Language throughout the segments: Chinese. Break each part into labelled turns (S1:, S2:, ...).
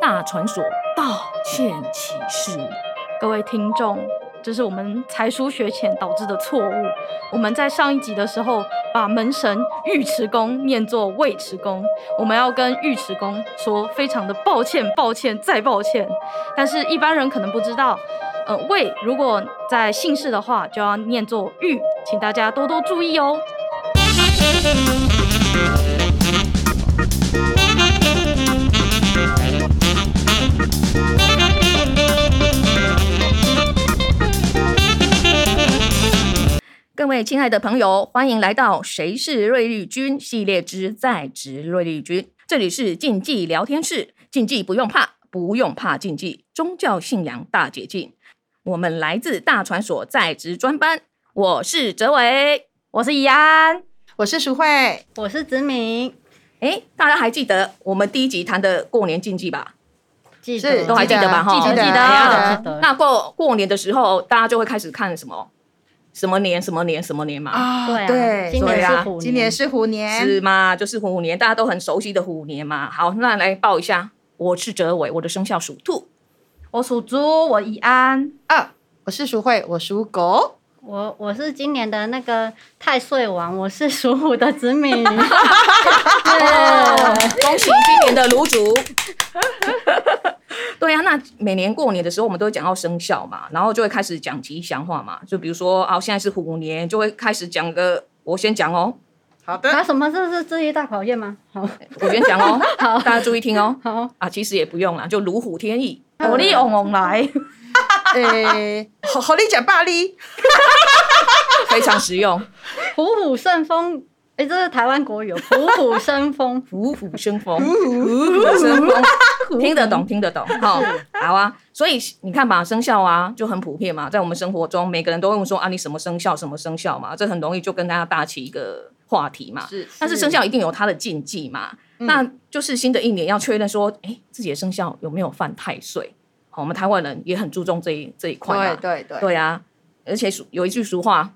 S1: 大传所道歉启事。
S2: 各位听众，这是我们才疏学浅导致的错误。我们在上一集的时候把门神尉迟恭念作尉迟恭，我们要跟尉迟恭说非常的抱歉，抱歉再抱歉。但是一般人可能不知道，呃，尉如果在姓氏的话就要念作尉，请大家多多注意哦。
S3: 各位亲爱的朋友，欢迎来到《谁是瑞丽君》系列之在职瑞丽君。这里是禁忌聊天室，禁忌不用怕，不用怕禁忌，宗教信仰大解禁。我们来自大传所在职专班，我是哲伟。
S2: 我是怡安，
S4: 我是淑慧，
S5: 我是子敏，
S3: 哎，大家还记得我们第一集谈的过年禁忌吧？
S5: 记
S4: 是
S5: 得
S3: 都还记得吧哈哎
S4: 记得
S2: 记得
S5: 啊
S4: 得
S5: 记得
S3: 那过过年的时候，大家就会开始看什么什么年什么年什么年嘛，
S4: 啊
S5: 对啊
S4: 对
S5: 今，
S3: 对
S5: 年
S3: 啊
S5: 是虎年，
S4: 今年是虎
S3: 是
S4: 年，
S3: 吗？就是虎年，大家都很熟悉的虎年嘛。好，那来报一下，我是哲伟，我的生肖属兔。
S2: 我属猪，我怡安。
S4: 啊，我是淑慧，我属狗，
S5: 我我是今年的那个太岁王，我是属虎的子敏，哦
S3: 啊恭喜今年的卤煮。 对呀、那每年过年的时候，我们都会讲到生肖嘛，然后就会开始讲吉祥话嘛。就比如说，啊，现在是虎年，就会开始讲个，我先讲哦，
S4: 好的，
S5: 那啊什么这是这一大考验吗？好，
S3: 我先讲哦，大家注意听哦。
S5: 好，
S3: 啊，其实也不用啦，就如虎添翼。
S5: 嗯
S2: 我力嗡嗡来，
S4: 诶，好好利讲霸 力，
S3: 非常实用，，
S5: 虎虎生风，哎、这是台湾国语哦，虎虎生风
S3: 虎虎生风，虎虎生风，听得懂，听得懂， 好，好啊。所以你看吧，生肖啊就很普遍嘛，在我们生活中，每个人都会问说啊，你什么生肖，什么生肖嘛，这很容易就跟大家搭起一个话题嘛。
S4: 是
S3: 但是生嗯肖一定有它的禁忌嘛，那就是新的一年要确认说，哎，自己的生肖有没有犯太岁？好，我们台湾人也很注重这一这一块嘛
S4: 对。对对，
S3: 对啊，而且俗有一句俗话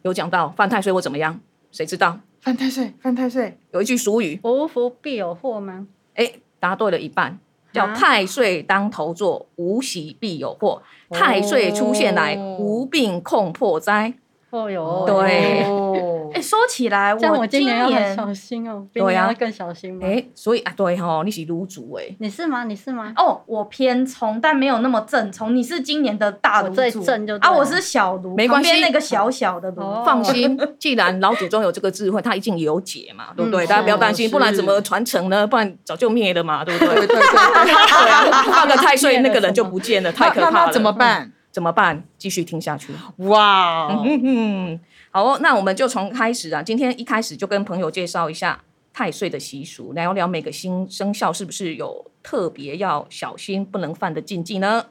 S3: 有讲到，犯太岁会怎么样？谁知道？
S4: 犯太岁，犯太岁，
S3: 有一句俗语，
S5: 无福必有祸吗？
S3: 哎，答对了一半，叫
S5: 啊
S3: 太岁当头坐，无喜必有祸。太岁出现来，
S4: 哦
S3: 无病控破灾。
S5: 哦哟，
S3: 对
S4: 哦
S2: 哎、说起来，
S5: 这样我今
S2: 今
S5: 年要很
S2: 年
S5: 小心哦，比
S3: 对
S5: 你
S3: 啊
S5: 要更小心吗？
S3: 哎，所以啊，对吼、你是卤煮哎，
S5: 你是吗？你是吗？
S2: 哦，我偏冲，但没有那么正冲。你是今年的大
S5: 我
S2: 炉
S5: 最
S2: 主
S5: 正就对
S2: 啊，我
S5: 了
S2: 是小炉，
S3: 没关系
S2: 旁边那个小小的炉。
S5: 哦
S3: 放 心，既然老祖宗有这个智慧，他一定有解嘛，对不对？
S4: 嗯
S3: 大家不要担心，
S4: 是
S3: 不然怎么传承呢？不然早就灭了嘛，对不
S4: 对
S3: 对？
S4: 对 对，
S3: 对啊，放个太岁，
S5: 灭了
S3: 那个人就
S5: 什么
S3: 不见了，太
S4: 那
S3: 可
S4: 那
S3: 怕
S4: 那
S3: 了。
S4: 怎么？办？
S3: 怎么办？继续听下去。
S4: 哇哦，
S3: 嗯哼，好哦、那我们就从开始啊，今天一开始就跟朋友介绍一下太岁的习俗，聊聊每个星生肖是不是有特别要小心不能犯的禁忌呢？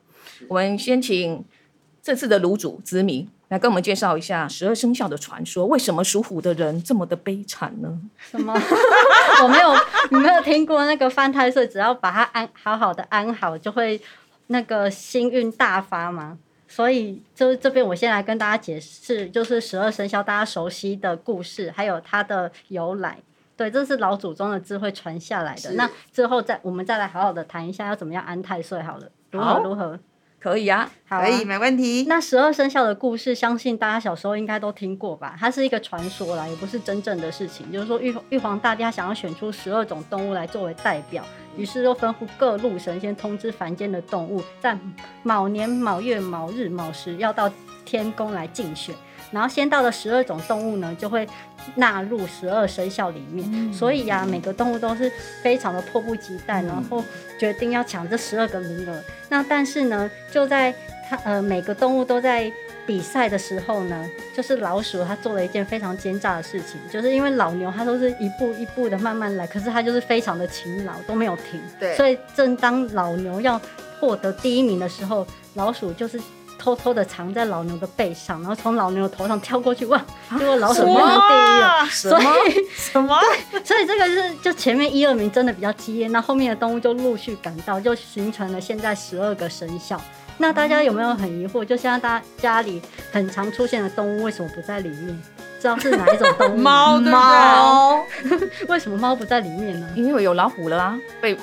S3: 我们先请这次的炉主子明来跟我们介绍一下十二生肖的传说，为什么属虎的人这么的悲惨呢？
S5: 什么？ 我没有，你没有听过那个翻太岁，只要把它安好好的安好，就会那个星运大发吗？所以就是这边，我先来跟大家解释，就是十二生肖大家熟悉的故事，还有它的由来。对，这是老祖宗的智慧传下来的。那之后再我们再来好好的谈一下要怎么样安太岁好了，如何
S3: 好
S5: 如何？
S3: 可以啊，
S5: 好啊
S4: 可以，没问题，
S5: 那十二生肖的故事，相信大家小时候应该都听过吧？它是一个传说啦，也不是真正的事情。就是说玉，玉皇大帝他想要选出十二种动物来作为代表，于是就吩咐各路神仙通知凡间的动物，在卯年卯月卯日卯时要到天宫来竞选。然后先到的十二种动物呢，就会纳入十二生肖里面。所以呀、每个动物都是非常的迫不及待，然后决定要抢这十二个名额。那但是呢，就在它呃每个动物都在比赛的时候呢，就是老鼠它做了一件非常奸诈的事情，就是因为老牛它都是一步一步的慢慢来，可是它就是非常的勤劳，都没有停。
S4: 对
S5: 所以正当老牛要获得第一名的时候，老鼠就是。偷偷的藏在老牛的背上，然后从老牛头上跳过去，哇！结果老鼠变成第一了。
S4: 哇，
S3: 啊什么？
S4: 什么？
S5: 所以这个是就前面一二名真的比较激烈，那后面的动物就陆续赶到，就形成了现在十二个生肖。那大家有没有很疑惑？就像大家家里很常出现的动物，为什么不在里面？知道是哪一种 动物吗？
S4: 猫对不对？
S5: 为什么猫不在里面呢？
S3: 因为有老虎了啊，被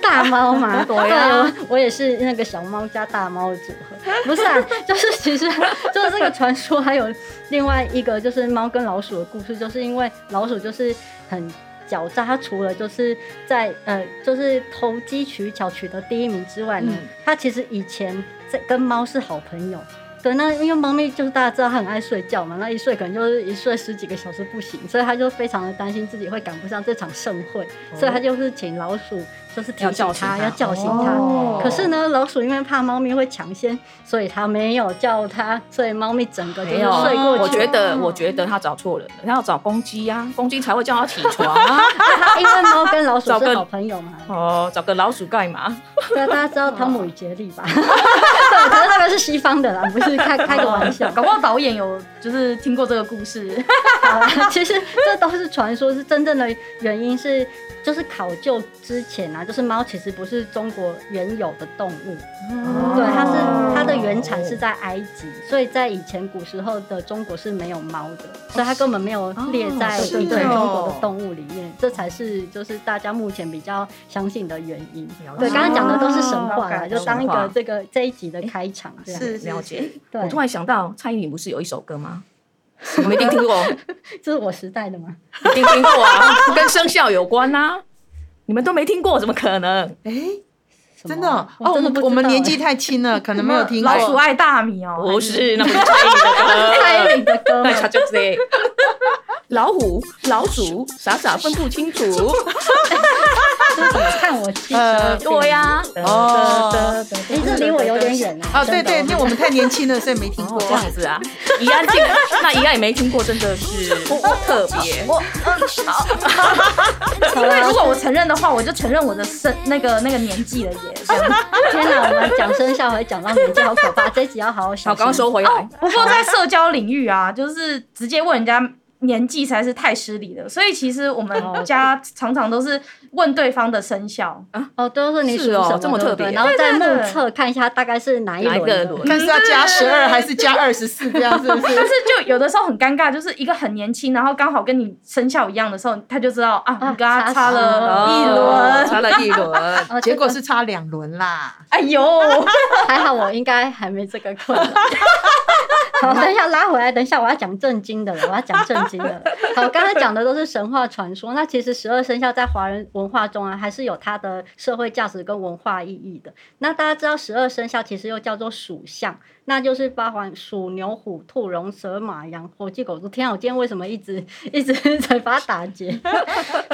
S5: 大猫嘛，对
S3: 啊
S5: 我我也是那个小猫加大猫的组合，不是啊，就是其实 就是这个传说，还有另外一个就是猫跟老鼠的故事，就是因为老鼠就是很。狡诈，它除了就是在呃，就是投机取巧取得第一名之外呢，
S1: 嗯
S5: 它其实以前在跟猫是好朋友。对，那因为猫咪就是大家知道它很爱睡觉嘛，那一睡可能就是一睡十几个小时不醒，所以它就非常的担心自己会赶不上这场盛会，
S2: 哦
S5: 所以它就是请老鼠就是提
S3: 要
S5: 醒
S3: 叫醒
S5: 它，
S3: 它
S5: 要叫醒它。
S3: 哦
S5: 可是呢，老鼠因为怕猫咪会抢先，所以它没有叫它，所以猫咪整个就是
S3: 没有，
S5: 睡过
S3: 哦
S5: 去。
S3: 我觉得，我觉得他找错人了，他要找公鸡啊，公鸡才会叫他起床啊。
S5: 因为猫跟老鼠
S3: 找
S5: 是
S3: 个
S5: 好朋友嘛。
S3: 哦，找个老鼠干嘛？
S5: 对啊，大家知道汤姆与杰 利吧？对，可是那个是西方的啦，不是开开个玩笑。
S2: 搞不好导演有就是听过这个故事，
S5: 好啦， 其实这都是传说，是真正的原因是就是考究之前啊，就是猫其实不是中国原有的动物，
S4: 哦
S5: 对，它是它的原产是在埃及，所以在以前古时候的中国是没有猫的，所以它根本没有列在
S1: 是
S5: 对
S1: 哦
S5: 中国的动物里面，这才是就是大家目前比较相信的原因。对，刚刚讲的都是神话啦，
S3: 哦
S5: 就当一
S3: 神
S5: 个
S3: 话
S5: 这个这一集的开场这样。
S4: 是
S3: 了解。
S5: 对啊
S3: 我，突然想到，蔡依林不是有一首歌吗？你们一定听过，一
S5: 这是我时代的吗？
S3: 定听过啊，跟生肖有关啊。你们都没听过，怎么可能？
S4: 哎，
S5: 什么啊
S4: 真的哦，
S5: 我真的
S4: 我
S5: 不
S4: 们
S5: 知道
S4: 我们年纪
S5: 欸
S4: 太轻了，可能没有听过。
S2: 老鼠爱大米哦，
S3: 不是，那不是蔡依林的歌，
S5: 蔡依林的歌吗
S3: 那他就这。老虎、老鼠，傻傻分不清楚。哦
S5: 就是怎么看我啊七十
S4: 呃
S5: 二变
S3: 对呀，
S4: 哦，
S5: 哎，这离我有点远啊！
S4: 啊，对对，因为我们太年轻了，所以没听
S3: 哦
S4: 过。
S3: 这样子啊，怡安这个，那怡安也没听过，真的是特别。
S5: 嗯好
S2: 因为
S5: 啦
S2: 如果我承认的话，我就承认我的身那个那个年纪了耶。这样
S5: 天哪，我们讲生肖还讲到年纪，好可怕！这一集要好好小
S3: 好，
S5: 心。
S3: 刚刚收回来。
S2: 不过在社交领域啊，就是直接问人家年纪才是太失礼了。所以其实我
S5: 哦
S2: 们家常常都是问对方的生肖，
S5: 哦，都是你属
S3: 是
S5: 什
S3: 哦
S5: 么
S3: 这么
S5: 对不
S3: 特别
S5: 对然后再
S2: 对对
S5: 目
S2: 对
S5: 测看一下大概是哪一
S3: 哪一
S5: 轮
S3: 个
S5: 的。
S3: 轮？
S4: 看是要加十二还是加二十四，这样是不
S2: 但
S4: 是？
S2: 是就有的时候很尴尬，就是一个很年轻，然后刚好跟你生肖一样的时候，他就知道啊，
S5: 啊
S2: 你跟他
S5: 差
S2: 差了
S5: 十
S2: 一
S3: 哦
S2: 轮。
S3: 差了一轮。
S5: 哦，
S4: 结果
S5: 这
S4: 是差两轮啦。
S2: 哎呦，
S5: 个 还好，我应该还没这个困扰。好，等一下拉回来，等一下我要讲正经的了，我要讲正经的了。好，刚才讲的都是神话传说，那其实十二生肖在华人文化中啊，还是有它的社会价值跟文化意义的。那大家知道十二生肖其实又叫做属相，那就是包含鼠、牛、虎、兔、龙、蛇、马、羊、火、鸡、狗、猪。天啊，我今天为什么一直一直在把它打结？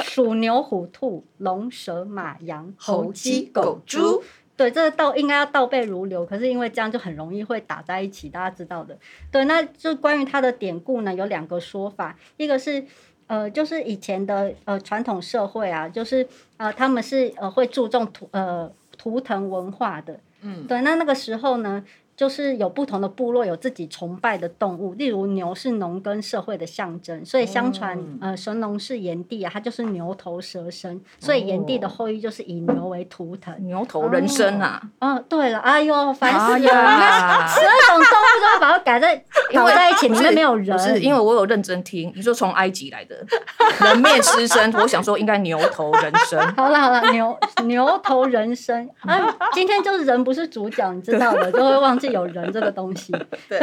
S5: 鼠、牛、虎、兔、龙、蛇、马、羊、
S4: 猴鸡狗猪。
S5: 对，这个倒应该要倒背如流，可是因为这样就很容易会打在一起，大家知道的。对，那就关于它的典故呢，有两个说法，一个是。呃，就是以前的呃传统社会啊，就是呃他们是呃会注重图呃图腾文化的，
S4: 嗯，
S5: 对，那那个时候呢，就是有不同的部落有自己崇拜的动物，例如牛是农耕社会的象征，所以相传、呃神农氏炎帝啊，他就是牛头蛇身，所以炎帝的后裔就是以牛为图腾。
S3: 牛头人参啊，
S5: 哦，对了，哎呦，烦死
S3: 哎
S5: 了！
S3: 呀
S5: 十二种动物都要把它改在搞在一起，里面没有人，
S3: 不是因为我有认真听，你说从埃及来的人面狮身， 我想说应该牛头人参。
S5: 好了好了，牛牛头人身啊，今天就是人不是主角，你知道的，就会忘记有人这个东西。
S4: 对，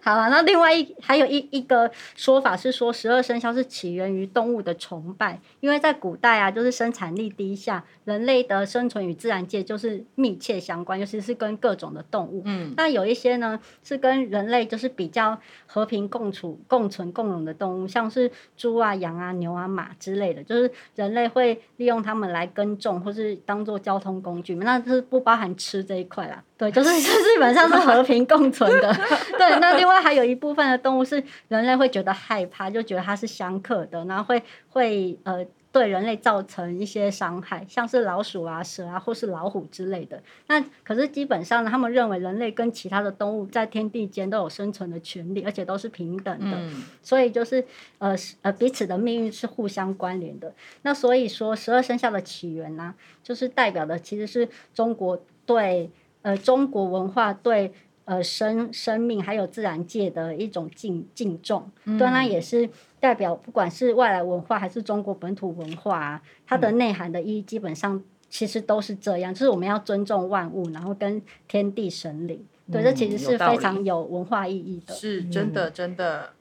S5: 好了，那另外一还有一一个说法是说，十二生肖是起源于动物的崇拜，因为在古代啊，就是生产力低下，人类的生存与自然界就是密切相关，尤其是跟各种的动物。
S4: 嗯，
S5: 那有一些呢是跟人类就是比较和平共处、共存共荣的动物，像是猪啊、羊啊、牛啊、马之类的，就是人类会利用它们来耕种或是当做交通工具嘛。那这是不包含吃这一块啦，对，就是 这基本上是和平共存的。对，那另外还有一部分的动物是人类会觉得害怕，就觉得它是相克的，然后会会呃。对人类造成一些伤害，像是老鼠啊、蛇啊，或是老虎之类的。那可是基本上呢，他们认为人类跟其他的动物在天地间都有生存的权利，而且都是平等的。
S4: 嗯
S5: 所以就是呃是呃彼此的命运是互相关联的。那所以说十二生肖的起源呢、就是代表的其实是中国对呃中国文化对呃生生命还有自然界的一种敬敬重，
S3: 嗯
S5: 对，那也是代表不管是外来文化还是中国本土文化、啊，它的内涵的意义基本上。其实都是这样，就是我们要尊重万物，然后跟天地神灵。
S3: 嗯
S5: 对，这其实
S3: 有
S5: 是
S3: 道
S5: 非
S3: 理
S5: 常有文化意义的。
S4: 是真
S3: 嗯
S4: 的真的。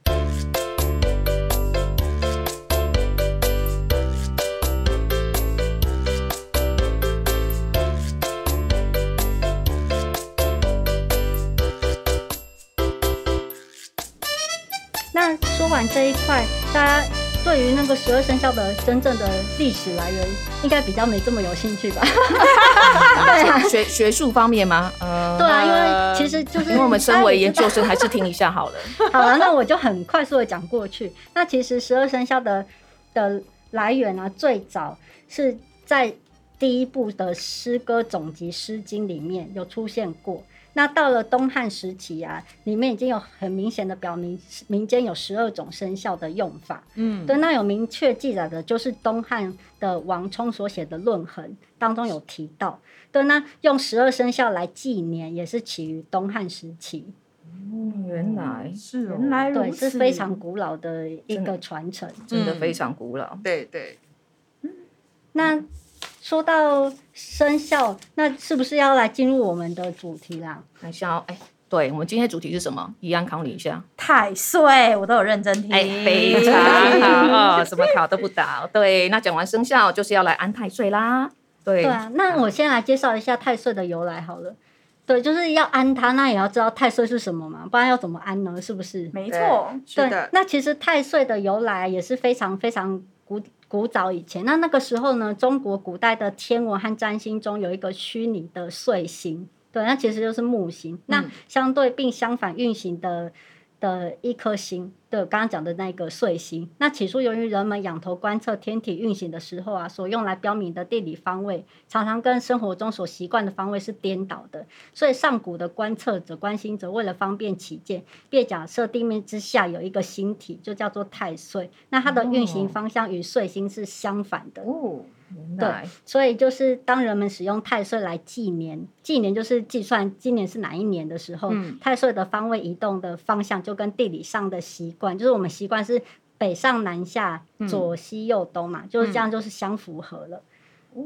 S5: 那说完这一块，大家对于那个十二生肖的真正的历史来源，应该比较没这么有兴趣吧？对啊，
S3: 学学术方面吗？呃，
S5: 对啊，因为其实就是
S3: 因为我们身为研究
S5: 大家也知道
S3: 生，还是听一下好了。
S5: 好了，那我就很快速的讲过去。那其实十二生肖的的来源啊，最早是在第一部的诗歌总集《诗经》里面有出现过。那到了东汉时期啊，里面已经有很明显的表明民间有十二种生肖的用法。
S4: 嗯，
S5: 对，那有明确记载的就是东汉的王充所写的《论衡》当中有提到。对，那用十二生肖来纪年，也是起于东汉时期。
S3: 嗯原来
S4: 是哦，
S1: 原来如
S5: 对，
S1: 此，
S5: 是非常古老的一个传承。
S3: 真的
S4: 嗯
S3: 非常古老。
S4: 对对，
S1: 嗯
S5: 那说到生肖，那是不是要来进入我们的主题啦？
S3: 看一下哦，哎，对我们今天的主题是什么？怡安考你一下。
S1: 太岁，我都有认真听，
S3: 哎，非常好 啊，什么考都不倒。对，那讲完生肖，就是要来安太岁啦。对
S5: 对，啊，
S1: 嗯
S5: 那我先来介绍一下太岁的由来好了。对，就是要安它，那也要知道太岁是什么嘛，不然要怎么安呢？是不是？
S1: 没
S4: 对
S1: 错，
S4: 是
S5: 对
S4: 的，，
S5: 那其实太岁的由来也是非常非常古古早以前。那那个时候呢，中国古代的天文和占星中有一个虚拟的岁星，对，那其实就是木星。
S4: 嗯
S5: 那相对并相反运行的。的一颗星，对，我刚刚讲的那个岁星。那起初由于人们仰头观测天体运行的时候啊，所用来标明的地理方位，常常跟生活中所习惯的方位是颠倒的。所以上古的观测者、观星者为了方便起见，便假设地面之下有一个星体，就叫做太岁。那它的运行方向与岁星是相反的，
S4: 哦，
S3: 原来
S5: 所以就是当人们使用太岁来纪年，纪年就是计算今年是哪一年的时候，
S4: 嗯
S5: 太岁的方位移动的方向就跟地理上的习惯，就是我们习惯是北上南下、左西右东嘛，就是这样就是相符合了。
S4: 哦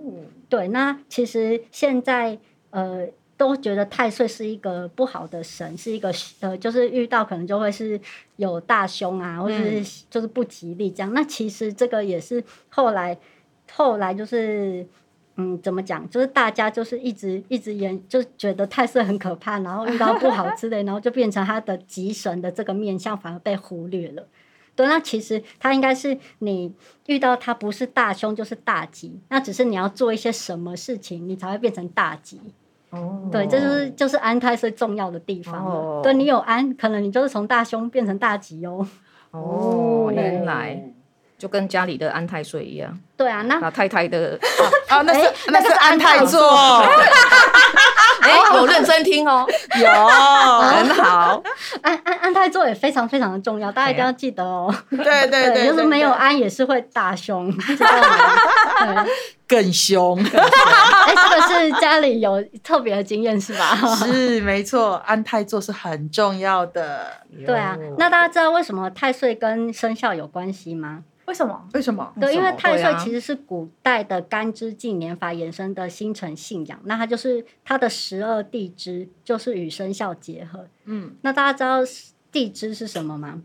S5: 对，那其实现在呃都觉得太岁是一个不好的神，是一个呃，就是遇到可能就会是有大凶啊，或者是就是不吉利这样。那其实这个也是后来后来就是。嗯，怎么讲？就是大家就是一直一直研，就觉得太岁很可怕，然后遇到不好之类，然后就变成他的吉神的这个面相反而被忽略了。对，那其实他应该是你遇到它不是大凶就是大吉，那只是你要做一些什么事情，你才会变成大吉。
S3: 哦
S5: 对，这就是就是安泰是重要的地方了。
S3: 哦
S5: 对你有安，可能你就是从大凶变成大吉哦。
S3: 哦，原来就跟家里的安太岁一样，
S5: 对啊，那
S3: 老太太的哦
S4: 啊，那是那是安泰座，
S3: 哎，我认真听哦，
S4: 有哦
S3: 很好，
S5: 安安安泰座也非常非常的重要，大家一定
S3: 哎呀
S5: 要记得哦。
S4: 对啊 对对，
S5: 就是没有
S4: 对
S5: 安也是会大凶。知道吗对
S4: 更凶，
S5: 哎，这个是家里有特别的经验是吧？
S4: 是没错，安泰座是很重要的。
S5: 对啊，
S3: 哦
S5: 那大家知道为什么太岁跟生肖有关系吗？
S1: 为什么？
S4: 嗯为什么？
S5: 对，因为
S3: 么
S5: 太
S3: 会
S5: 岁
S3: 啊
S5: 其实是古代的干支纪年法衍生的星辰信仰，那它就是它的十二地支就是与生肖结合。
S4: 嗯，
S5: 那大家知道地支是什么吗？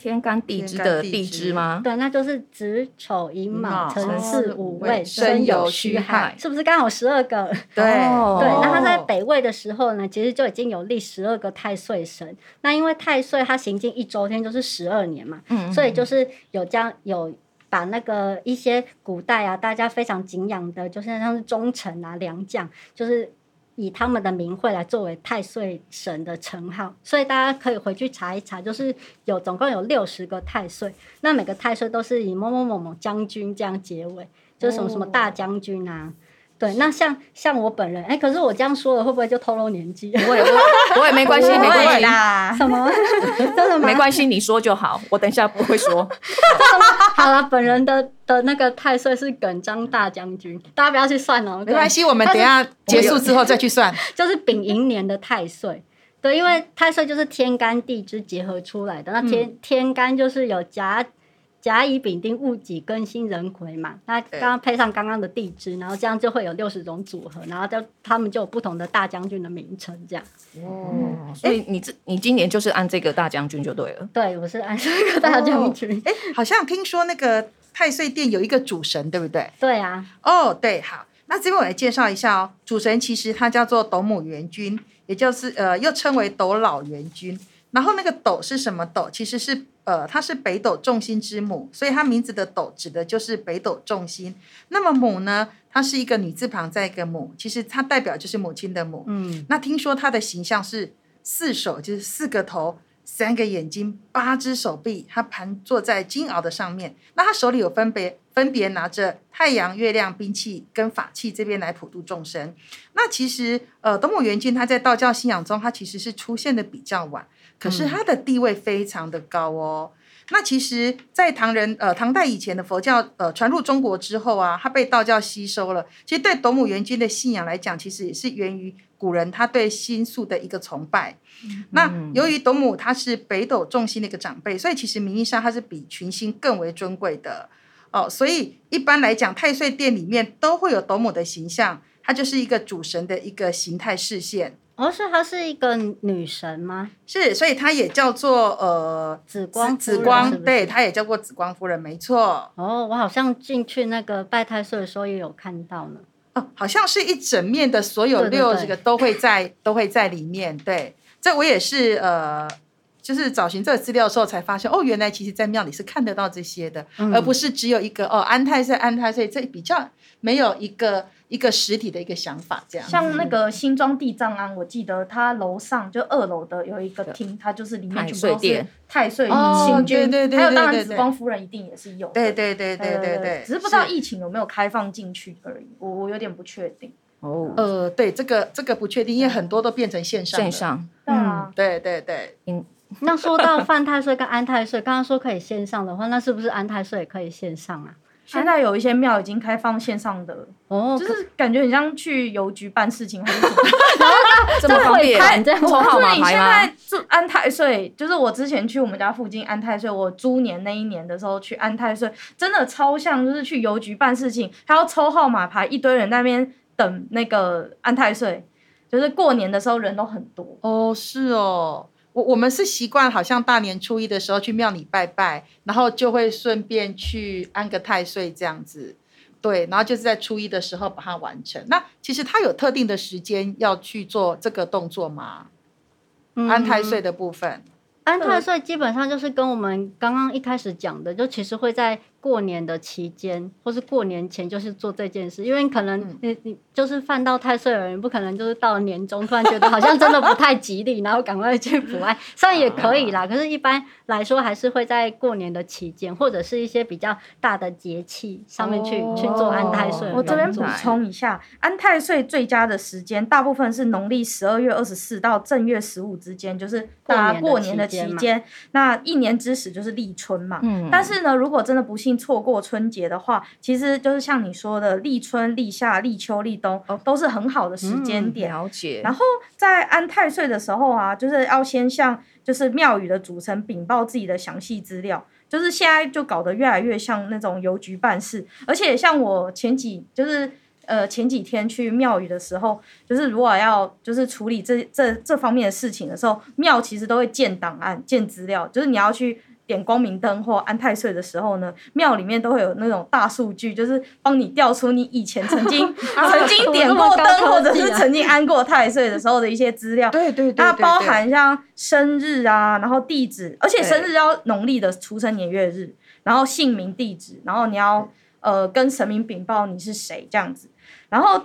S3: 天干地支
S4: 天干
S3: 的
S4: 地
S3: 地
S4: 支
S3: 支吗？
S5: 对，那就是子丑寅卯
S4: 卯
S5: 辰
S4: 辰
S5: 巳
S4: 巳
S5: 午
S4: 午
S5: 未
S4: 未申酉戌亥
S5: 亥，是不是刚好十二个？
S4: 对
S3: 哦
S5: 对，那他在北魏的时候呢，其实就已经有立十二个太岁神。那因为太岁他行进一周天就是十二年嘛，
S3: 嗯
S5: 所以就是有这样有把那个一些古代啊，大家非常敬仰的，就是像是忠臣啊、良将，就是以他们的名讳来作为太岁神的称号。所以大家可以回去查一查，就是有总共有六十个太岁，那每个太岁都是以某某某某将军这样结尾，就是什么什么大将军啊。
S3: 哦
S5: 对，那像像我本人，哎、可是我这样说了，会不会就透露年纪？
S3: 我也我我也没关系，
S1: 不
S3: 没
S1: 会
S3: 关系，
S1: 啦，
S5: 什么？真的吗？
S3: 没关系，你说就好，我等一下不会说。
S5: 好了，本人的的那个太岁是耿章大将军，大家不要去算哦，
S4: 没关系，我们等一下结束之后再去算。
S5: 就是丙寅年的太岁。对，因
S4: 嗯
S5: 为太岁就是天干地支结合出来的，那天、天干就是有甲、甲乙丙丁戊己庚辛壬癸嘛，那刚刚配上刚刚的地支，然后这样就会有六十种组合，然后就他们就有不同的大将军的名称这样。
S3: 哦，所以你这你今年就是按这个大将军就对了。
S5: 对，我是按这个大将军。
S4: 哎，好像听说那个太岁殿有一个主神，对不对？
S5: 对啊，
S4: 哦，对，好，那这边我来介绍一下哦。主神其实它叫做斗母元君，也就是呃，又称为斗老元君。然后那个斗是什么斗？其实是呃，它是北斗众星之母，所以它名字的斗指的就是北斗众星。那么母呢，它是一个女字旁再一个母，其实它代表就是母亲的母。
S5: 嗯，
S4: 那听说它的形象是四手，就是四个头、三个眼睛、八只手臂，它盘坐在金鳌的上面。那它手里有分别分别拿着太阳、月亮、兵器跟法器这边来普度众生。那其实呃，东母元君他在道教信仰中，他其实是出现的比较晚，可是他的地位非常的高哦。那其实，在唐人呃唐代以前的佛教呃传入中国之后啊，它被道教吸收了。其实对斗母元君的信仰来讲，其实也是源于古人他对星宿的一个崇拜。那由于斗母她是北斗众星的一个长辈，所以其实名义上她是比群星更为尊贵的哦。所以一般来讲，太岁殿里面都会有斗母的形象，它就是一个主神的一个形态视线。
S5: 哦，是她是一个女神吗？
S4: 是，所以它也叫做呃
S5: 紫光
S4: 紫
S5: 夫人
S4: 光，
S5: 是不是
S4: 对，它也叫过紫光夫人，没错。
S5: 哦，我好像进去那个拜太岁的时候也有看到呢。
S4: 哦，好像是一整面的所有
S5: 对对
S4: 六
S5: 对
S4: 这个都会在都会在里面。对，这我也是呃，就是找寻这个资料的时候才发现，哦，原来其实在庙里是看得到这些的，
S5: 嗯
S4: 而不是只有一个哦安泰岁安泰岁，这比较没有一个一个实体的一个想法这样。
S1: 像那个新庄地藏庵，我记得它楼上就二楼的有一个厅，它就是里面
S3: 太
S1: 全部
S3: 岁
S1: 都是
S3: 殿
S1: 太岁
S4: 哦
S1: 星君，
S4: 对对对
S1: 还有
S4: 对
S1: 当然
S4: 对对
S1: 紫光夫人一定也是有的，
S4: 对对对对对对，
S1: 只是不知道疫情有没有开放进去而已，我我有点不确定。
S3: 哦，
S4: 呃，对这个这个不确定，因为很多都变成线上了
S3: 线。上嗯
S1: 对啊，
S4: 对对对，
S5: 那说到犯太岁跟安太岁，刚刚说可以线上的话，那是不是安太岁也可以线上啊？
S1: 现在有一些庙已经开放线上的，
S5: 哦，
S1: 就是感觉很像去邮局办事情还是什么。
S3: 这么方便，
S5: 这样
S3: 抽号码
S1: 你
S3: 牌
S1: 现
S3: 吗？
S1: 在住安泰岁，就是我之前去我们家附近安泰岁，我猪年那一年的时候去安泰岁，真的超像，就是去邮局办事情，还要抽号码牌，一堆人在那边等那个安泰岁，就是过年的时候人都很多。
S4: 哦，是哦，我我们是习惯好像大年初一的时候去庙里拜拜，然后就会顺便去安个太岁这样子。对，然后就是在初一的时候把它完成。那其实它有特定的时间要去做这个动作吗？
S5: 嗯
S4: 安太岁的部分，
S5: 安
S1: 嗯
S5: 太岁基本上就是跟我们刚刚一开始讲的，就其实会在过年的期间或是过年前，就是做这件事，因为可
S1: 嗯
S5: 能你、你就是犯到太岁的人，不可能就是到年终突然觉得好像真的不太吉利，然后赶快去补安，虽然也可以
S1: 啊
S5: 啦，可是一般来说还是会在过年的期间，或者是一些比较大的节气上面去、去做安太岁的动作。
S1: 哦我这边补
S3: 做
S1: 充一下，安太岁最佳的时间大部分是农历十二月二十四到正月十五之间，就是大家过
S5: 过
S1: 年
S5: 年
S1: 的
S5: 的
S1: 期
S5: 期
S1: 间。那一年之始就是立春嘛。
S3: 嗯
S1: 但是呢，如果真的不幸错过春节的话，其实就是像你说的，立春、立夏、立秋、立冬都是很好的时间点。
S3: 了解
S1: 然，后在安太岁的时候啊，就是要先向就是庙宇的主神禀报自己的详细资料。就是现在就搞得越来越像那种邮局办事，而且像我前几就是呃前几天去庙宇的时候，就是如果要就是处理这这这方面的事情的时候，庙其实都会建档案、建资料，就是你要去。点光明灯或安太岁的时候呢，庙里面都会有那种大数据，就是帮你调出你以前曾经曾经点过灯，或者是曾经安过太岁的时候的一些资料。
S4: 对对
S1: 它包含像生日啊，然后地址，而且
S4: 对
S1: 生日要农历的出生年月日，然后姓名、地址，然后你要呃跟神明禀报你是谁这样子，然后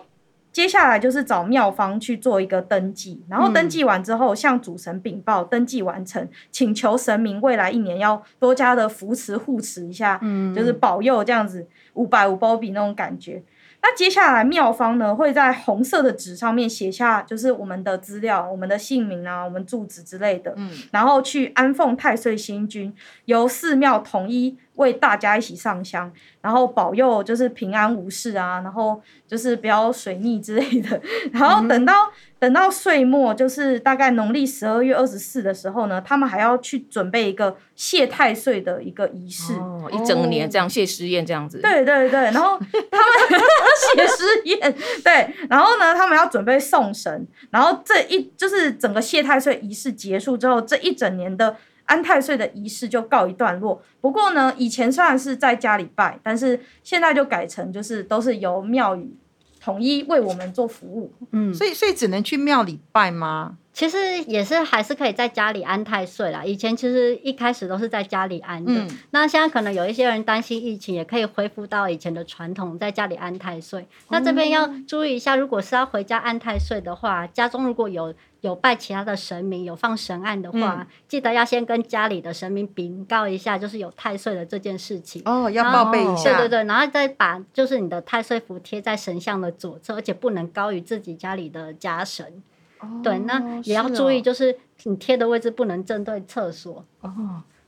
S1: 接下来就是找庙方去做一个登记，然后登记完之后向主神禀报，登记完成，请求神明未来一年要多加的扶持护持一下，
S5: 嗯
S1: 就是保佑这样子五百五包比那种感觉。那接下来庙方呢会在红色的纸上面写下就是我们的资料、我们的姓名啊、我们住址之类的，
S4: 嗯
S1: 然后去安奉太岁星君，由寺庙统一为大家一起上香，然后保佑就是平安无事啊，然后就是不要水逆之类的。 然后等到、等到岁末，就是大概农历十二月二十四的时候呢，他们还要去准备一个谢太岁的一个仪式。
S3: 哦，一整年这样谢师宴这样子，，
S1: 对对对，然后他们写诗宴，对，然后呢，他们要准备送神，然后这一就是整个谢太岁仪式结束之后，这一整年的安太岁的仪式就告一段落。不过呢，以前虽然是在家里拜，但是现在就改成就是都是由庙宇统一为我们做服务。
S5: 嗯，
S4: 所以所以只能去庙里拜吗？
S5: 其实也是还是可以在家里安太岁啦。以前其实一开始都是在家里安的，
S4: 嗯
S5: 那现在可能有一些人担心疫情，也可以恢复到以前的传统，在家里安太岁。那这边要注意一下，如果是要回家安太岁的话，家中如果有有拜其他的神明，有放神案的话，记得要先跟家里的神明禀告一下，就是有太岁的这件事情。
S4: 哦，要报备一
S5: 对
S4: 下。
S5: 对对，然后再把就是你的太岁符贴在神像的左侧，而且不能高于自己家里的家神。
S4: 哦
S5: 对，那也要注意，就是你贴的位置不能正对厕所，
S3: 哦，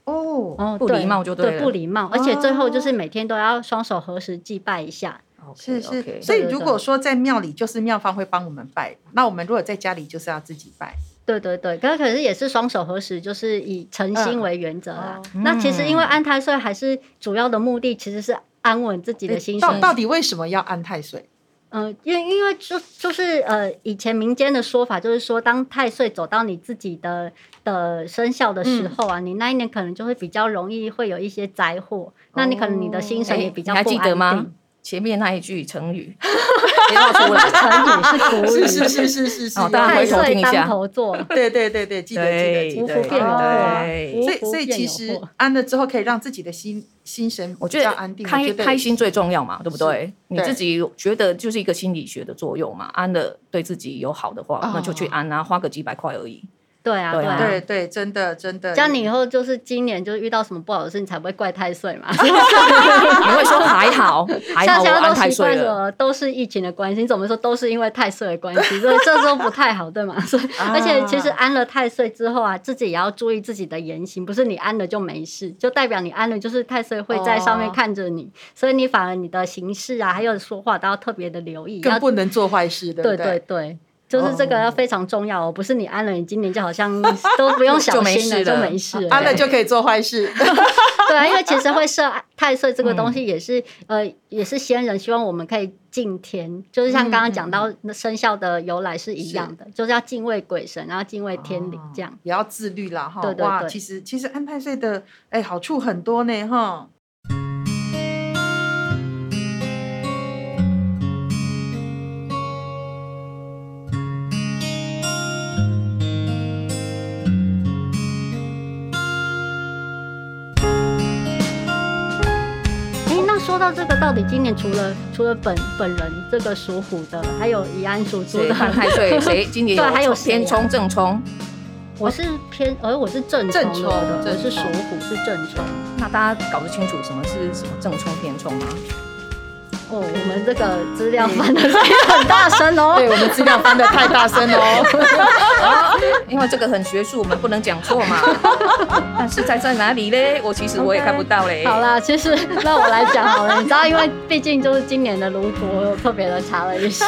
S4: 哦。
S5: 哦，
S3: 不
S5: 对
S3: 礼貌就对
S5: 对，
S3: 了
S5: 不礼貌，而且最后就是每天都要双手合十祭拜一下。
S4: 哦是是
S3: OK，OK
S4: 所以
S5: 对对
S4: 如果说在庙里，就是庙方会帮我们拜；那我们如果在家里，就是要自己拜。
S5: 对对对，可可是也是双手合十，就是以诚心为原则
S4: 哦
S5: 啦。
S3: 嗯
S5: 那其实因为安太岁还是主要的目的，其实是安稳自己的心神
S4: 到。到底为什么要安太岁？
S5: 嗯、因为因为就就是呃，以前民间的说法就是说，当太岁走到你自己的的生肖的
S3: 嗯
S5: 时候啊，你那一年可能就会比较容易会有一些灾祸，那你可能你的心神也
S3: 哎，
S5: 比
S3: 你
S5: 较
S3: 还
S5: 不
S3: 记
S5: 安
S3: 得
S5: 定。
S3: 吗？前面那一句成语不要出来，
S5: 成语是古语，
S4: 是是是
S3: 好大家
S5: 太
S3: 回头
S5: 岁
S3: 听一
S5: 当
S3: 下，
S5: 头坐，
S4: 对对对对，记得记得
S3: 对
S4: 记
S5: 无
S4: 得。
S5: 福变有祸啊。
S3: 对
S5: 无
S4: 所以
S5: 福
S4: 所以
S5: 变
S4: 其
S5: 有
S4: 实
S5: 祸。
S4: 安了之后，可以让自己的心心神
S3: 我
S4: 比
S3: 觉
S4: 较
S3: 得
S4: 安定，
S3: 开
S4: 我觉得
S3: 开心最重要嘛，对不对？你
S4: 对
S3: 自己觉得就是一个心理学的作用嘛，安的对自己有好的话，
S4: 哦
S3: 那就去安啊，花个几百块而已。
S5: 对啊，
S3: 对
S5: 对
S3: 啊
S5: 啊。
S4: 对对，真的真的。
S5: 这样你以后就是今年就是遇到什么不好的事，你才不会怪太岁嘛。
S3: 你会说还好，还好
S5: 像
S3: 我
S5: 现在
S3: 安
S5: 都
S3: 太
S5: 习惯
S3: 岁了。
S5: 了，都是疫情的关系，你怎么说都是因为太岁的关系，所以这时候不太好，对吗？所以
S4: 啊
S5: 而且其实安了太岁之后啊，自己也要注意自己的言行，不是你安了就没事，就代表你安了，就是太岁会在上面
S4: 哦
S5: 看着你，所以你反而你的行事啊，还有说话都要特别的留意，要
S4: 更不能做坏事，对不
S5: 对对对，就是这个要非常重要哦，不是你安了，你今年就好像都不用小
S3: 就没
S5: 心了，
S3: 事
S5: 就
S3: 了
S5: 没事了。
S4: 安了就可以做坏事。
S5: 对啊，因为其实 会设太岁这个
S4: 嗯
S5: 东西也是、呃，也是先人希望我们可以敬天，就是
S4: 嗯
S5: 像刚刚讲到那生肖的由来是一样的，就是要敬畏鬼神，然后敬畏 天灵这样。
S4: 也要自律啦哈。
S5: 对对
S4: 哇，
S5: 对
S4: 其实其实安太岁的哎、好处很多呢哈。
S5: 哎、那说到这个，到底今年除了除了本本人这个属虎的，还有宜安属猪
S3: 谁
S5: 的，
S3: 安太岁？谁今年
S5: 对还有
S3: 有
S5: 谁啊
S3: 偏冲正冲？
S5: 我是偏，而、我是正冲
S4: 正
S5: 的，
S4: 冲
S5: 我
S4: 正
S5: 是属
S4: 冲
S5: 虎，是正冲。
S3: 那大家搞得清楚什么是什么正冲偏冲 吗？
S5: 哦，我们这个资料
S4: 嗯
S5: 翻的很大声哦。
S4: 对我们资料翻的太大声哦。
S3: 因为这个很学术，我们不能讲错 嘛。但是在在哪里嘞？我其实我也看不到嘞。
S5: 好啦，其实那我来讲好了，你知道，因为毕竟就是今年的炉火，我有特别的查了 一下，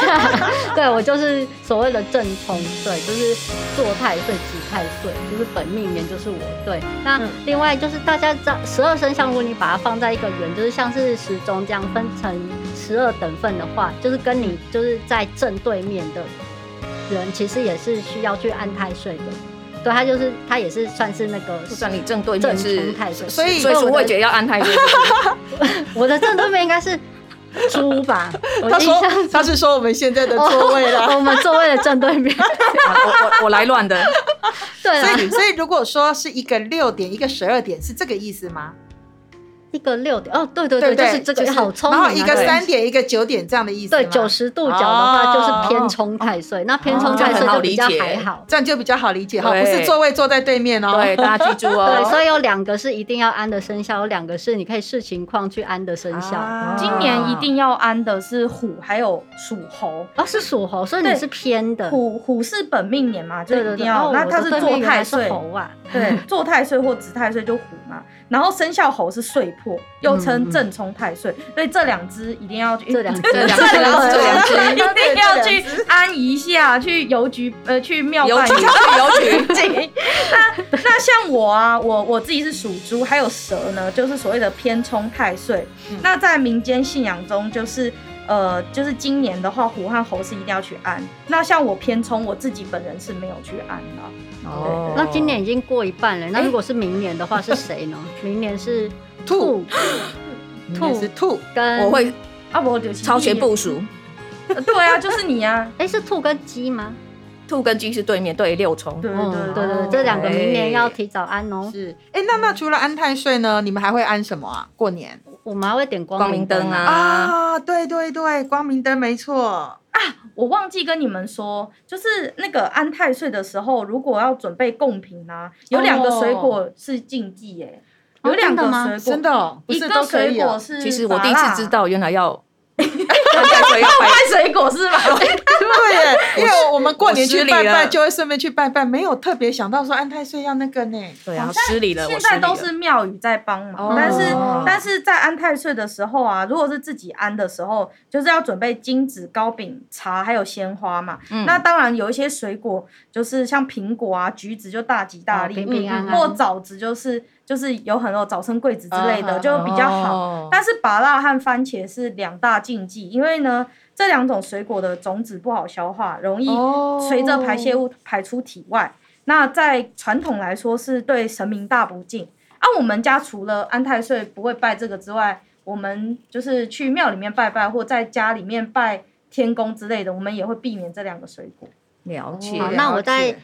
S5: 对我就是所谓的正冲，对，就是坐太岁、己太岁，就是本命年就是我。对，那另外就是大家知道十二生肖，如果你把它放在一个圆，就是像是时钟这样分成十二等份的话，就是跟你就是在正对面的人，其实也是需要去安太岁的。对，他就是他也是算是那个
S3: 就算你正对
S5: 正
S3: 面
S5: 冲
S3: 是，
S5: 太岁，
S4: 所以
S3: 所以
S5: 我
S3: 说
S5: 的
S3: 我也觉得要安太岁。 是不是
S5: 我的正对面应该是猪吧？我
S4: 他
S5: 印
S4: 说
S5: 象
S4: 他是说我们现在的座位啦。
S5: 哦我们座位的正对面。
S3: 好我我我来乱的。
S5: 对
S4: 所
S5: 了，
S4: 以所以如果说是一个六点，一个十二点，是这个意思吗？
S5: 一个六点哦，对对
S4: 对不
S5: 就
S4: 对？
S5: 是这个好聪
S4: 然
S5: 明
S4: 后
S5: 啊。
S4: 一个
S5: 对
S4: 三点，一个九点这样的意思吗。
S5: 对九十度角的
S4: 哦
S5: 话就是偏偏冲太岁，那偏冲太岁就比较还好。
S4: 这样就比较好理解哈，
S3: 对
S4: 不是座位坐在对面哦。
S3: 对，大家记住
S5: 对，所
S3: 哦。
S5: 以有两个是一定要安的生肖，有两个是你可以视情况去安的生肖。
S4: 啊
S1: 今年一定要安的是虎，还有属猴。
S5: 哦，是属猴，所以你
S1: 对
S5: 是偏的。
S1: 虎虎是本命年嘛，就
S5: 对
S1: 一
S5: 对
S1: 定
S5: 对，
S1: 要。
S5: 哦
S1: 那
S5: 我
S1: 它
S5: 的
S1: 是
S5: 对
S1: 坐
S5: 面原
S1: 太
S5: 来是
S1: 岁，哦
S5: 猴啊，
S1: 对，坐太岁或子太岁就虎嘛。然后生肖猴是岁破，又称正冲太岁，所以这两只一定要去，
S5: 这 两只
S1: 这两只
S3: 这两只这两只
S1: 一定要去安一下，去邮局呃去庙
S3: 邮
S1: 办
S3: 局，
S1: 一下。
S3: 去邮局，
S1: 那像我啊，我我自己是属猪，还有蛇呢，就是所谓的偏冲太岁。
S4: 嗯
S1: 那在民间信仰中，就是呃，就是今年的话，虎和猴是一定要去安。那像我偏冲，我自己本人是没有去安 的。
S3: 哦
S5: 那今年已经过一半了，那如果是明年的话是谁呢？明年是
S4: 兔
S5: 兔
S4: 明年是兔，
S5: 跟
S3: 我会
S1: 啊，我就是
S3: 超前部署。
S1: 呃对啊，就是你啊。
S5: 哎是兔跟鸡吗？
S3: 兔跟鸡是对面对六冲，
S1: 对对
S5: 嗯，
S1: 对
S5: 对
S1: 对，
S5: 对，这两个明
S3: 哎
S5: 年要提早安哦。
S4: 是。哎，那那除了安太岁呢，你们还会安什么啊？过年
S5: 我们还会点
S3: 光
S5: 光
S3: 明
S5: 明
S3: 灯
S5: 灯啊。
S3: 啊，
S4: 啊，对对对，光明灯没错。
S1: 我忘记跟你们说，就是那个安太岁的时候，如果要准备贡品啊，有两个水
S3: 哦
S1: 果是禁忌哎、
S5: 哦
S1: 有两个
S5: 真的吗
S1: 水果，
S4: 真的哦，不
S1: 一
S4: 是
S1: 个
S4: 都可
S1: 水
S4: 以
S1: 果
S4: 哦。
S1: 是
S3: 其实我第一次
S1: 芭乐
S3: 知，道，原来要大家可以拜
S1: 水果是吧？
S4: 哦 对耶，因为我们过年去拜
S3: 我失礼
S4: 拜
S3: 了
S4: 就会顺便去拜拜，没有特别想到说安太岁要那个呢。
S3: 对啊，失礼了，
S1: 现
S3: 我失
S1: 在
S3: 礼了
S1: 都是庙宇在帮忙，
S4: 哦
S1: 但是
S4: 哦
S1: 但是在安太岁的时候啊，如果是自己安的时候，就是要准备金纸、糕饼、茶还有鲜花嘛。
S3: 嗯
S1: 那当然有一些水果，就是像苹果啊、橘子就大吉大利，嗯
S5: 哦平平安安
S1: 或枣子就是就是有很多早生贵子之类的，
S4: 嗯
S1: 就比较好。
S3: 哦
S1: 但是芭辣和番茄是两大禁忌，因为呢，这两种水果的种子不好消化，容易
S4: 哦
S1: 随着排泄物排出体外。那在传统来说是对神明大不敬。啊，我们家除了安太岁不会拜这个之外，我们就是去庙里面拜拜，或在家里面拜天公之类的，我们也会避免这两个水果。
S3: 了
S4: 哦
S3: 解
S5: 好，那我再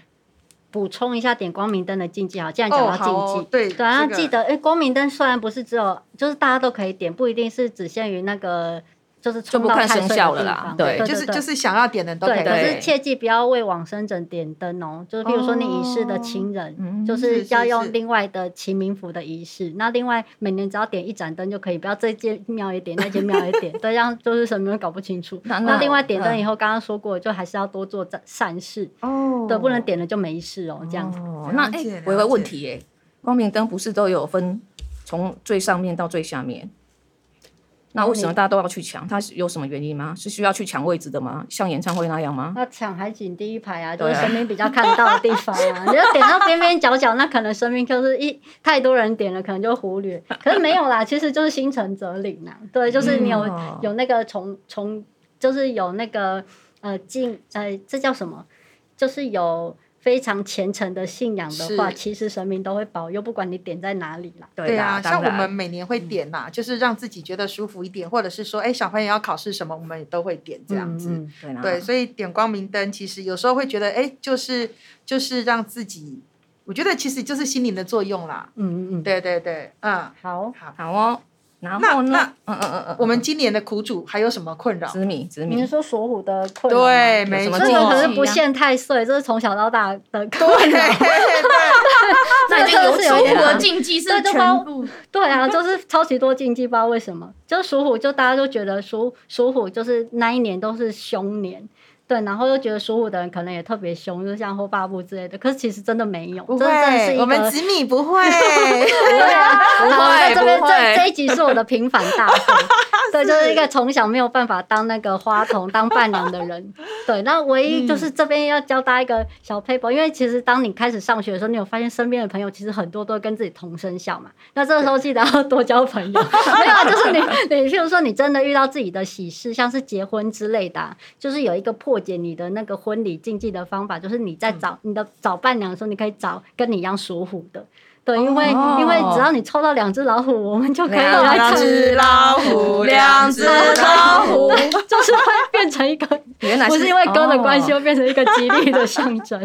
S5: 补充一下点光明灯的禁忌啊哈，既然讲
S4: 哦
S5: 到
S4: 好哦
S5: 禁忌，
S4: 对
S5: 对啊，
S4: 这个
S5: 记得哎、诶光明灯虽然不是只有，就是大家都可以点，不一定是只限于那个，就是
S3: 就
S5: 冲
S3: 不
S5: 到
S3: 看
S5: 太
S3: 生
S5: 岁
S3: 肖
S5: 的
S3: 了
S5: 地
S3: 啦
S5: 方，
S3: 对
S5: 对
S4: 就是
S5: 对
S4: 就是想要点的都可
S5: 对，
S4: 以。
S5: 可
S3: 对
S5: 是切记不要为往生者点灯哦，就是譬如说你已逝的亲人，
S3: 嗯
S5: 就是
S4: 是是
S5: 要
S4: 是
S5: 用另外的祈冥符的仪式。那另外每年只要点一盏灯就可以，不要这间庙也点，那间庙也点， 对，这样就是什么都搞不清楚。
S3: 那那
S5: 那另外点灯
S3: 嗯
S5: 以后，刚刚说过，就还是要多做善善事，
S4: 哦
S5: 对，不能点了就没事哦，这样子。
S3: 哦，那
S4: 了
S3: 哎、
S4: 解
S3: 我有个
S4: 了
S3: 问
S4: 解
S3: 题哎、光明灯不是都有分从最上面到最下面？那为什么大家都要去抢？它是有什么原因吗？是需要去抢位置的吗？像演唱会那样吗？
S5: 那抢海景第一排啊，就
S3: 对啊
S5: 是生命比较看到的地方啊。你要点到边边角角，那可能生命就是一太多人点了，可能就忽略。可是没有啦，其实就是心诚则灵啊。对，就是你有、
S4: 哦
S3: 嗯
S5: 有那个从从，就是有那个呃敬呃，这叫什么？就是有非常虔诚的信仰的话，
S4: 是
S5: 其实神明都会保佑，不管你点在哪里啦。
S3: 对
S4: 对
S3: 啦
S4: 啊，
S3: 当
S4: 像我
S3: 然
S4: 们每年会点呐、就是让自己觉得舒服一点，或者是说，哎，小朋友要考试什么，我们也都会点这样子。
S5: 嗯
S3: 对啦
S4: 对，所以点光明灯，其实有时候会觉得，哎，就是就是让自己，我觉得其实就是心灵的作用啦。
S5: 嗯嗯嗯，
S4: 对对对，嗯，
S5: 好。
S4: 好。
S3: 好哦。然
S4: 那
S3: 后呢
S4: 那？
S3: 嗯嗯嗯嗯，
S4: 我们今年的苦主还有什么困扰？
S3: 紫米紫
S5: 你
S3: 米
S5: 是，说属虎的困扰吗？
S4: 对，
S3: 有
S4: 没
S3: 什么
S4: 错，
S5: 这
S3: 禁忌
S5: 个可
S3: 啊
S5: 是不限太岁，这是从小到大的
S4: 对
S5: 困扰。
S3: 那已 经有
S5: 这个是
S3: 解
S5: 有
S1: 中
S3: 了
S5: 点
S1: 国
S5: 啊
S3: 啊
S1: 的。禁忌是
S5: 对就包
S1: 全部
S5: 对啊， 就是超级多禁忌，不知道为什么。就是属虎，就大家都觉得属属虎就是那一年都是凶年，对，然后又觉得属虎的人可能也特别凶，就像后八部之类的。可是其实真的没有，
S4: 不
S5: 这真的是
S4: 会，
S5: 一
S4: 我们
S5: 个。
S4: 紫米不会，
S5: 对啊，然后在这边
S3: 不会
S5: 这这一集是我的平凡大会，对，就是一个从小没有办法当那个花童、当伴娘的人。对，那唯一就是这边要教大家一个小 paper，、因为其实当你开始上学的时候，你有发现身边的朋友其实很多都跟自己同生肖嘛。那这个时候记得要多交朋友，没有啊，就是你你譬如说你真的遇到自己的喜事，像是结婚之类的啊、就是有一个破解你的那个婚礼禁忌的方法，就是你在找、
S3: 嗯
S5: 你的找伴娘的时候，你可以找跟你一样属虎的。对，因为、
S3: 哦啊
S5: 因为只要你抽到两只老虎，我们就可以来
S3: 两
S5: 看，
S3: 只
S4: 老虎两只
S3: 老虎
S5: 对，就是会变成 一个
S3: 原来
S5: 不是因为歌的关系，
S3: 哦
S5: 会变成一个吉利的象征。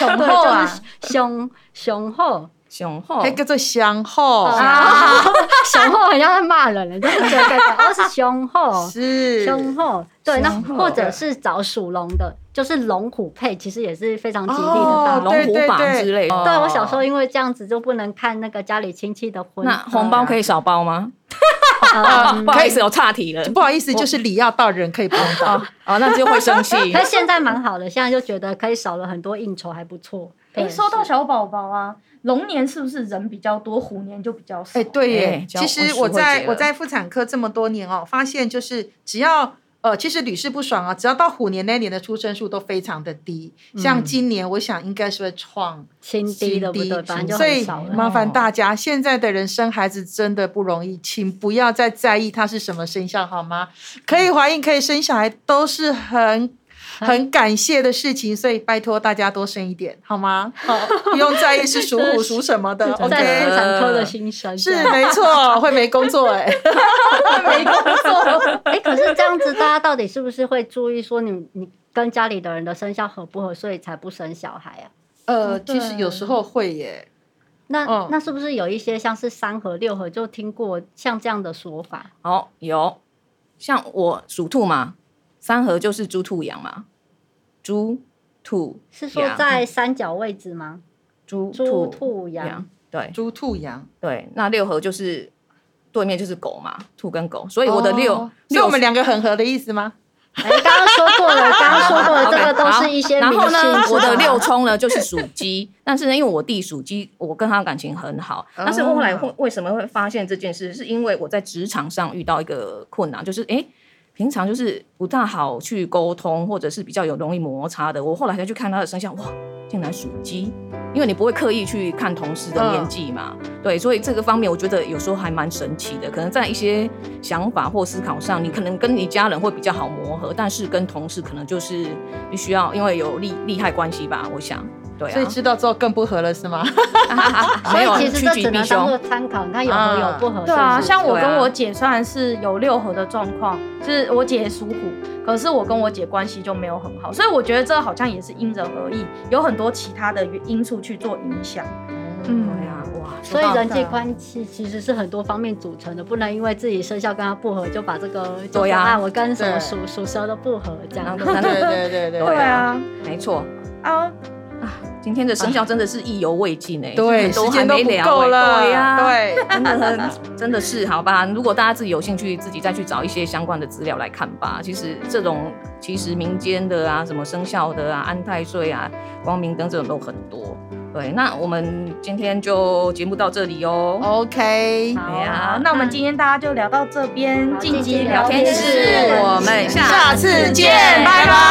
S5: 雄
S1: 厚啊
S5: 就是雄雄厚，
S3: 雄厚
S4: 还叫做相
S3: 哦
S4: 后，
S5: 啊， 雄厚很像在骂人了，对对对对，哦是雄厚，
S4: 是
S5: 雄厚，对，那
S3: 雄厚
S5: 或者是找属龙的，就是龙虎配，其实也是非常吉利的搭
S4: 哦
S5: 配。
S3: 龙虎榜
S4: 对对对哦
S3: 之类的。哦
S5: 对我小时候因为这样子就不能看那个家里亲戚的婚，
S3: 那红包可以少包吗？
S5: 嗯
S3: 不好意思，我岔题了。
S4: 不好意思，就是礼要到，人可以不用到。
S3: 哦，那就会生气。
S5: 可是现在蛮好的，现在就觉得可以少了很多应酬，还不错。
S1: 哎，
S5: 对
S1: 说到小宝宝啊，龙年是不是人比较多，虎年就比较少？
S4: 哎，对耶
S3: 哎，交
S4: 其实
S3: 我
S4: 我
S3: 是会
S4: 在
S3: 觉得
S4: 我在妇产科这么多年哦，发现就是只要呃，其实屡试不爽啊，只要到虎年那一年的出生数都非常的低，像今年我想应该是会创
S5: 新低的不对，反正就
S4: 所
S5: 很
S4: 以
S5: 少了。
S4: 麻烦大家，现在的人生孩子真的不容易，请不要再在意他是什么生肖好吗？可
S5: 嗯
S4: 以怀孕，可以生小孩，都是很。很感谢的事情，所以拜托大家多生一点，好吗？ 好，不用在意是属虎属什么的
S5: 在妇
S4: ，OK？
S5: 产科的心声
S4: 是没错，会没工作哎、
S5: 哎、可是这样子，大家到底是不是会注意说你你跟家里的人的生肖合不合，所以才不生小孩啊？
S4: 呃，其实有时候会耶、
S5: 那、
S4: 嗯
S5: 那是不是有一些像是三合六合，就听过像这样的说法？
S3: 好，有像我属兔嘛，三合就是猪兔羊嘛，猪兔
S5: 是说
S3: 羊
S5: 在三角位置吗？
S3: 猪
S5: 猪兔羊，
S3: 对
S4: 猪、兔、羊，
S3: 对，那六合就是对面就是狗嘛，兔跟狗，所以我的六、
S4: 哦所以
S3: 六
S4: 我们两个很合的意思吗？
S5: 哎，刚刚说 过了，刚刚 说过了，这个
S3: OK，
S5: 都
S3: 好
S5: 是一些
S3: 然
S5: 迷信。
S3: 后呢，我的
S5: 知道吗
S3: 六冲呢就是属鸡， 但是呢，因为我弟属鸡，我跟他感情很 好。
S5: 哦
S3: 但是后来会为什么会发现这件事，是因为我在职场上遇到一个困难，就是诶，平常就是不大好去沟通，或者是比较有容易摩擦的。我后来才去看他的生肖，哇，竟然属鸡，因为你不会刻意去看同事
S5: 嗯
S3: 的年纪嘛，对，所以这个方面我觉得有时候还蛮神奇的。可能在一些想法或思考上，你可能跟你家人会比较好磨合，但是跟同事可能就是必须要因为有利利害关系吧，我想，对
S4: 所以
S3: 啊，
S4: 知道之后更不合了是吗？
S5: 所
S3: 没
S5: 以
S3: 有
S5: 其实
S3: 趋
S5: 这
S3: 吉
S5: 只
S3: 避
S5: 能当
S3: 凶
S5: 做。参考，你看有合有不合。
S1: 对啊，
S5: 哦是不是
S1: 像我
S3: 对啊
S1: 跟我姐虽然是有六合的状况，就是我姐也属虎，可是我跟我姐关系就没有很好，所以我觉得这好像也是因人而异，有很多其他的因素去做影响。嗯
S3: 对啊，哇，
S5: 所
S3: 说到
S5: 以人际关系其实是很多方面组成的，不能因为自己生肖跟他不合就把这个就
S3: 对
S5: 说
S3: 呀
S5: 啊，我跟什么
S4: 对
S5: 属属蛇的不合这样
S3: 然后
S5: 子。
S3: 可 能
S4: 对对对对
S1: 对啊，
S3: 没错，
S1: 啊，
S3: 今天的生
S5: 啊
S3: 肖真的是意犹未尽哎、
S4: 对，
S3: 都还
S4: 时间都
S3: 没
S4: 不
S3: 聊
S4: 够
S3: 哎
S4: 了，
S3: 对呀、
S4: 对，
S3: 真的很，真的是好吧？如果大家自己有兴趣，自己再去找一些相关的资料来看吧。其实这种其实民间的啊，什么生肖的啊，安太岁啊，光明灯这种都很多。对，那我们今天就节目到这里哦。
S4: OK，
S3: 哎
S5: 啊
S3: 呀
S1: 好，那我们今天大家就聊到这边，
S5: 好
S1: 晋
S5: 晋级
S1: 级
S5: 聊
S1: 聊
S5: 天
S1: 天
S5: 室
S1: 室，
S3: 我们下
S4: 下次见，拜拜。